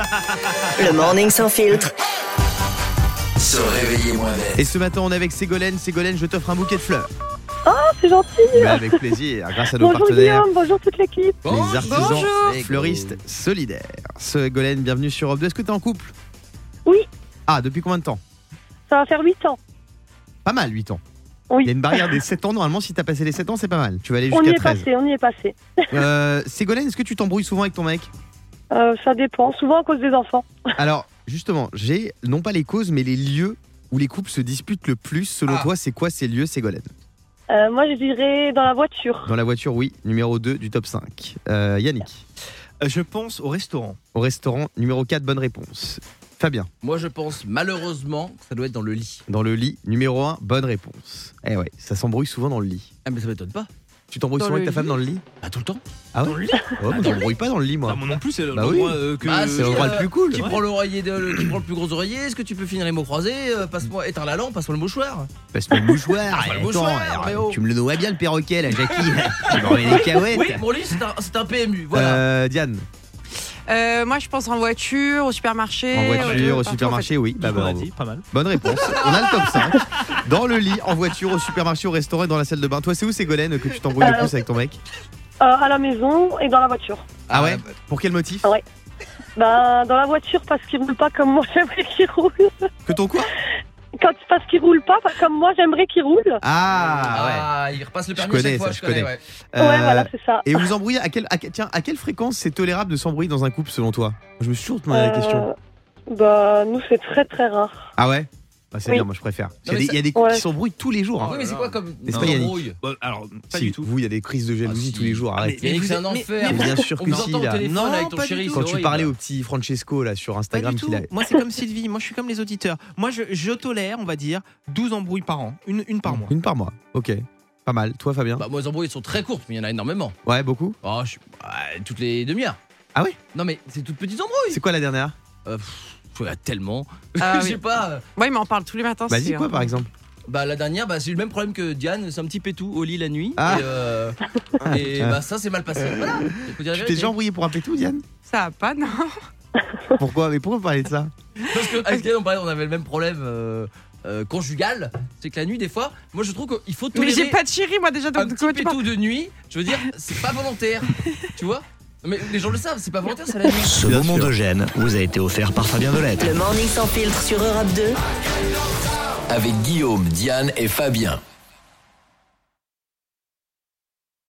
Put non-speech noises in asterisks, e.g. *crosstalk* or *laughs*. Le morning sans filtre. Se réveiller moins bête. Et ce matin, on est avec Ségolène. Ségolène, je t'offre un bouquet de fleurs. Ah, c'est gentil. Mais avec plaisir, grâce à nos Bonjour partenaires, Guillaume, bonjour toute l'équipe. les artisans Bonjour. fleuristes solidaires. Ségolène, bienvenue sur Europe 2. Est-ce que t'es en couple Oui. Ah, depuis combien de temps Ça va faire 8 ans. Pas mal, 8 ans. Oui. Il y a une barrière des 7 ans. Normalement, si t'as passé les 7 ans, c'est pas mal. Tu vas aller On y jusqu'à est 13. passé, on y est passé. Euh, Ségolène, est-ce que tu t'embrouilles souvent avec ton mec Euh, ça dépend, souvent à cause des enfants. Alors, justement, j'ai non pas les causes, mais les lieux où les couples se disputent le plus. Selon Ah. toi, c'est quoi ces lieux, Ségolène Euh, moi, je dirais dans la voiture. Dans la voiture, oui. Numéro 2 du top 5. Euh, Yannick. Euh, Je pense au restaurant. Au restaurant, numéro 4, bonne réponse. Fabien. Moi, je pense malheureusement que ça doit être dans le lit. Dans le lit, numéro 1, bonne réponse. Eh ouais, ça s'embrouille souvent dans le lit. Ah, mais ça m'étonne pas. Tu t'embrouilles Dans souvent le avec ta femme lit dans le lit Pas tout le temps. Ah ouais Dans le lit Oh, moi, j'embrouille pas dans le lit, Non, moi. Ah, moi non plus, c'est le Bah l'endroit, euh, que. Bah, C'est l'endroit le plus cool. Qui prend, l'oreiller de- le, qui prend le plus gros oreiller Est-ce que tu peux finir les mots croisés Euh, Passe-moi, éteins la lampe, passe-moi le mouchoir. Parce que le mouchoir, Pas le attends, mouchoir, alors, mais oh. tu me le dois bien le perroquet, là, Jackie. *laughs* tu m'en mets les cahuètes. Oui, mon lit, c'est un, c'est un PMU. Voilà. Euh, Diane, Euh, moi, je pense en voiture, au supermarché. en euh, voiture, au partout, supermarché, oui. en fait. Bah, Tout ce qu'on a bravo. dit, pas mal. Bonne réponse. On a le top 5. Dans le lit, en voiture, au supermarché, au restaurant et dans la salle de bain. Toi, c'est où, Ségolène, que tu t'embrouilles le plus avec ton mec Euh, à la maison et dans la voiture. Ah ouais Euh, Pour quel motif Ah. Ben, dans la voiture parce qu'ils roulent pas comme moi, *laughs* j'aimerais qu'ils roulent. Que ton quoi Quand, parce qu'ils roulent pas pas comme moi, j'aimerais qu'ils roulent. Ah Ah, il repasse le Je permis connais à chaque ça, fois. je connais. ouais. ouais. Ouais, Euh, voilà, c'est ça. Et vous embrouillez à quelle, à quelle- tiens, à quelle fréquence c'est tolérable de s'embrouiller dans un couple selon toi Je me suis toujours demandé la question. Euh, bah, nous, c'est très très rare. Ah ouais Ah, C'est oui. bien, moi je préfère. Il y a mais des- ça- il y a des couples qui Ouais. s'embrouillent tous les Ah jours. hein. Oui, mais Oh c'est quoi comme. N'est-ce une pas, Yannick embrouille Bon, Bah, alors, pas Si, du tout. Vous, il y a des crises de jalousie Ah, tous si. les jours. Arrête. Yannick, c'est un Mais- enfer. Bien sûr On que vous si. entend au là. téléphone Non, avec ton pas du chéri. tout. Quand c'est tu horrible. parlais au petit Francesco là sur Pas Instagram, du tout. qu'il a- Moi, c'est comme Sylvie. Moi, je suis comme les auditeurs. Moi, je, je tolère, on va dire, 12 embrouilles par an. Une, une par mois. une par mois. Ok, pas mal. Toi, Fabien Bah, moi, les embrouilles sont très courtes, mais il y en a énormément. Ouais, beaucoup. Oh, je- ouais, toutes les demi-heures. Ah ouais Non, mais c'est toutes petites embrouilles. C'est quoi la dernière Il y en a Euh, tellement. Ah *laughs* je oui. sais pas. euh, Ouais, il m'en parle tous les matins. Bah c'est hein. dis quoi un- par exemple Bah, la dernière, bah, c'est le même problème que Diane, c'est un petit pétou au lit la nuit. Ah. Et, euh, et, bah, ça, c'est mal passé. Voilà. Il faut dire la Tu vérité. t'es déjà embrouillé pour un pétou, Diane Ça va pas, non Pourquoi Mais pourquoi vous parlez de ça Parce que, avec Diane, on parlait, on avait le même problème euh, euh, conjugal. C'est que la nuit, des fois, moi, je trouve qu'il faut Mais tolérer j'ai pas de chéri, moi déjà, un donc petit comment tu parles pétou de nuit. Je veux dire, c'est pas volontaire. tu vois mais les gens le savent, c'est pas volontaire, c'est la nuit. Ce Bien moment sûr. de gêne vous a été offert par Fabien Delette. Le morning sans filtre sur Europe 2. Avec Guillaume, Diane et Fabien.